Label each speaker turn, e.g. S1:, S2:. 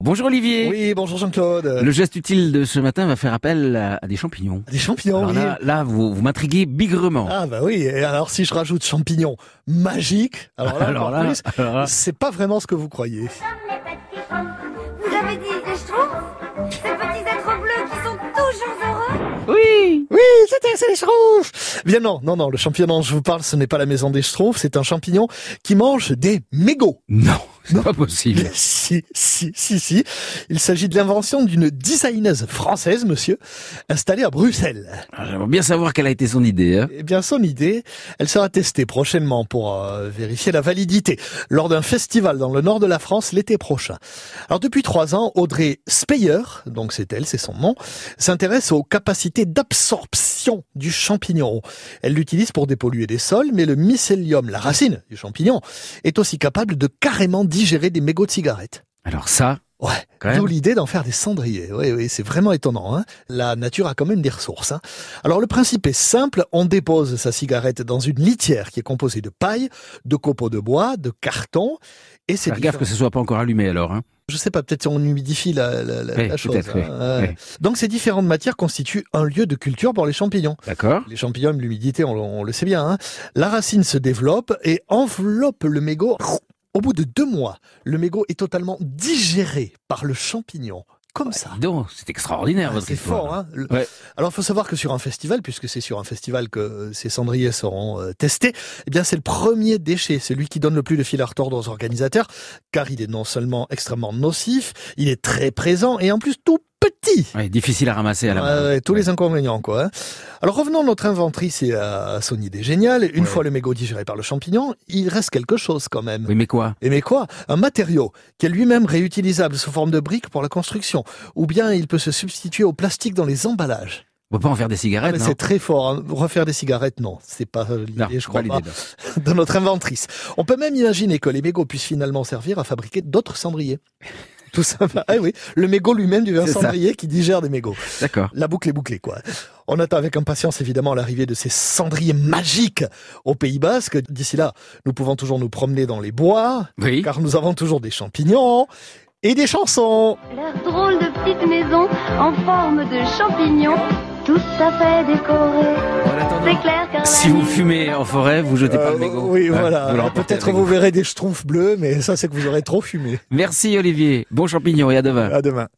S1: Bonjour Olivier.
S2: Oui, euh, bonjour Jean-Claude.
S1: Le geste utile de ce matin va faire appel à à des champignons.
S2: Des champignons,
S1: Alors
S2: Oh, oui.
S1: là, là, vous, vous m'intriguez bigrement.
S2: Ah bah oui, et alors si je rajoute champignons magiques, alors là,
S1: Alors
S2: encore
S1: là, ah.
S2: plus,
S1: alors là.
S2: c'est pas vraiment ce que vous croyez.
S3: Vous avez dit les schtroumpfs Ces petits êtres bleus qui sont toujours heureux
S2: Oui, c'était c'est les schtroumpfs Bien non, non, non, le champignon dont je vous parle, ce n'est pas la maison des schtroumpfs, c'est un champignon qui mange des mégots.
S1: Non, c'est
S2: Non.
S1: pas possible.
S2: Si, si, si, si. Il s'agit de l'invention d'une designeuse française, monsieur, installée à Bruxelles.
S1: Alors, J'aimerais bien savoir quelle a été son idée. hein.
S2: Eh bien, son idée, elle sera testée prochainement pour euh, vérifier la validité lors d'un festival dans le nord de la France l'été prochain. Alors, depuis trois ans, Audrey Speyer, donc c'est elle, c'est son nom, s'intéresse aux capacités d'absorption du champignon. Elle l'utilise pour dépolluer des sols, mais le mycélium, la racine du champignon, est aussi capable de carrément digérer des mégots de cigarettes.
S1: Alors ça,
S2: Ouais,
S1: Quand même.
S2: d'où l'idée d'en faire des cendriers. Oui, oui, c'est vraiment étonnant. Hein La nature a quand même des ressources. Hein Alors le principe est simple, on dépose sa cigarette dans une litière qui est composée de paille, de copeaux de bois, de carton, et c'est
S1: faire gaffe Ah, que
S2: différent.
S1: ce soit pas encore allumé alors. hein.
S2: Je sais pas, peut-être si on humidifie la, la, la-
S1: Oui,
S2: la chose.
S1: peut-être, oui,
S2: hein.
S1: oui.
S2: Ouais. Donc ces différentes matières constituent un lieu de culture pour les champignons.
S1: D'accord.
S2: Les champignons, l'humidité, on, le- on le sait bien. hein. La racine se développe et enveloppe le mégot. Au bout de deux mois, le mégot est totalement digéré par le champignon. Comme ça.
S1: Dis donc, c'est extraordinaire
S2: Ah,
S1: votre
S2: C'est
S1: histoire.
S2: fort, hein Le-
S1: Ouais.
S2: Alors, faut savoir que sur un festival, puisque c'est sur un festival que euh, ces cendriers seront euh, testés, eh bien, c'est le premier déchet, celui qui donne le plus de fil à retordre aux organisateurs, car il est non seulement extrêmement nocif, il est très présent et en plus tout petit.
S1: Ouais, difficile à ramasser à la main.
S2: hein. Ouais, ouais, tous
S1: Ouais.
S2: les inconvénients, quoi. hein. Alors revenons à notre euh, inventrice et à à son idée géniale. Une
S1: Ouais.
S2: fois le mégot digéré par le champignon, il reste quelque chose quand même.
S1: Oui, mais quoi
S2: Et mais quoi Un matériau qui est lui-même réutilisable sous forme de briques pour la construction. Ou bien il peut se substituer au plastique dans les emballages.
S1: On peut pas en faire des cigarettes,
S2: Ah,
S1: Ah,
S2: Mais
S1: non
S2: c'est très fort. hein. Refaire des cigarettes, non. C'est pas euh,
S1: Non,
S2: l'idée, je crois
S1: pas
S2: pas,
S1: l'idée, non.
S2: de notre inventrice. On peut même imaginer que les mégots puissent finalement servir à fabriquer d'autres cendriers. Tout ça va. Ah oui, le mégot lui-même devient un
S1: C'est ça.
S2: cendrier qui digère des mégots.
S1: D'accord.
S2: La boucle est bouclée, quoi. On attend avec impatience, évidemment, l'arrivée de ces cendriers magiques au Pays Basque. D'ici là, nous pouvons toujours nous promener dans les bois,
S1: Oui.
S2: car nous avons toujours des champignons et des chansons.
S3: Leur drôle de petite maison en forme de champignon, tout à fait décoré.
S1: En attendant,
S3: C'est clair car la
S1: Si vous
S3: nuit-
S1: fumez en forêt, vous jetez pas le
S2: Euh,
S1: mégot.
S2: oui,
S1: Ouais,
S2: voilà.
S1: vous le rapportez
S2: Peut-être
S1: avec
S2: vous
S1: vous.
S2: verrez des schtroumpfs bleus, mais ça, c'est que vous aurez trop fumé.
S1: Merci Olivier. Bon champignon et à demain.
S2: À demain.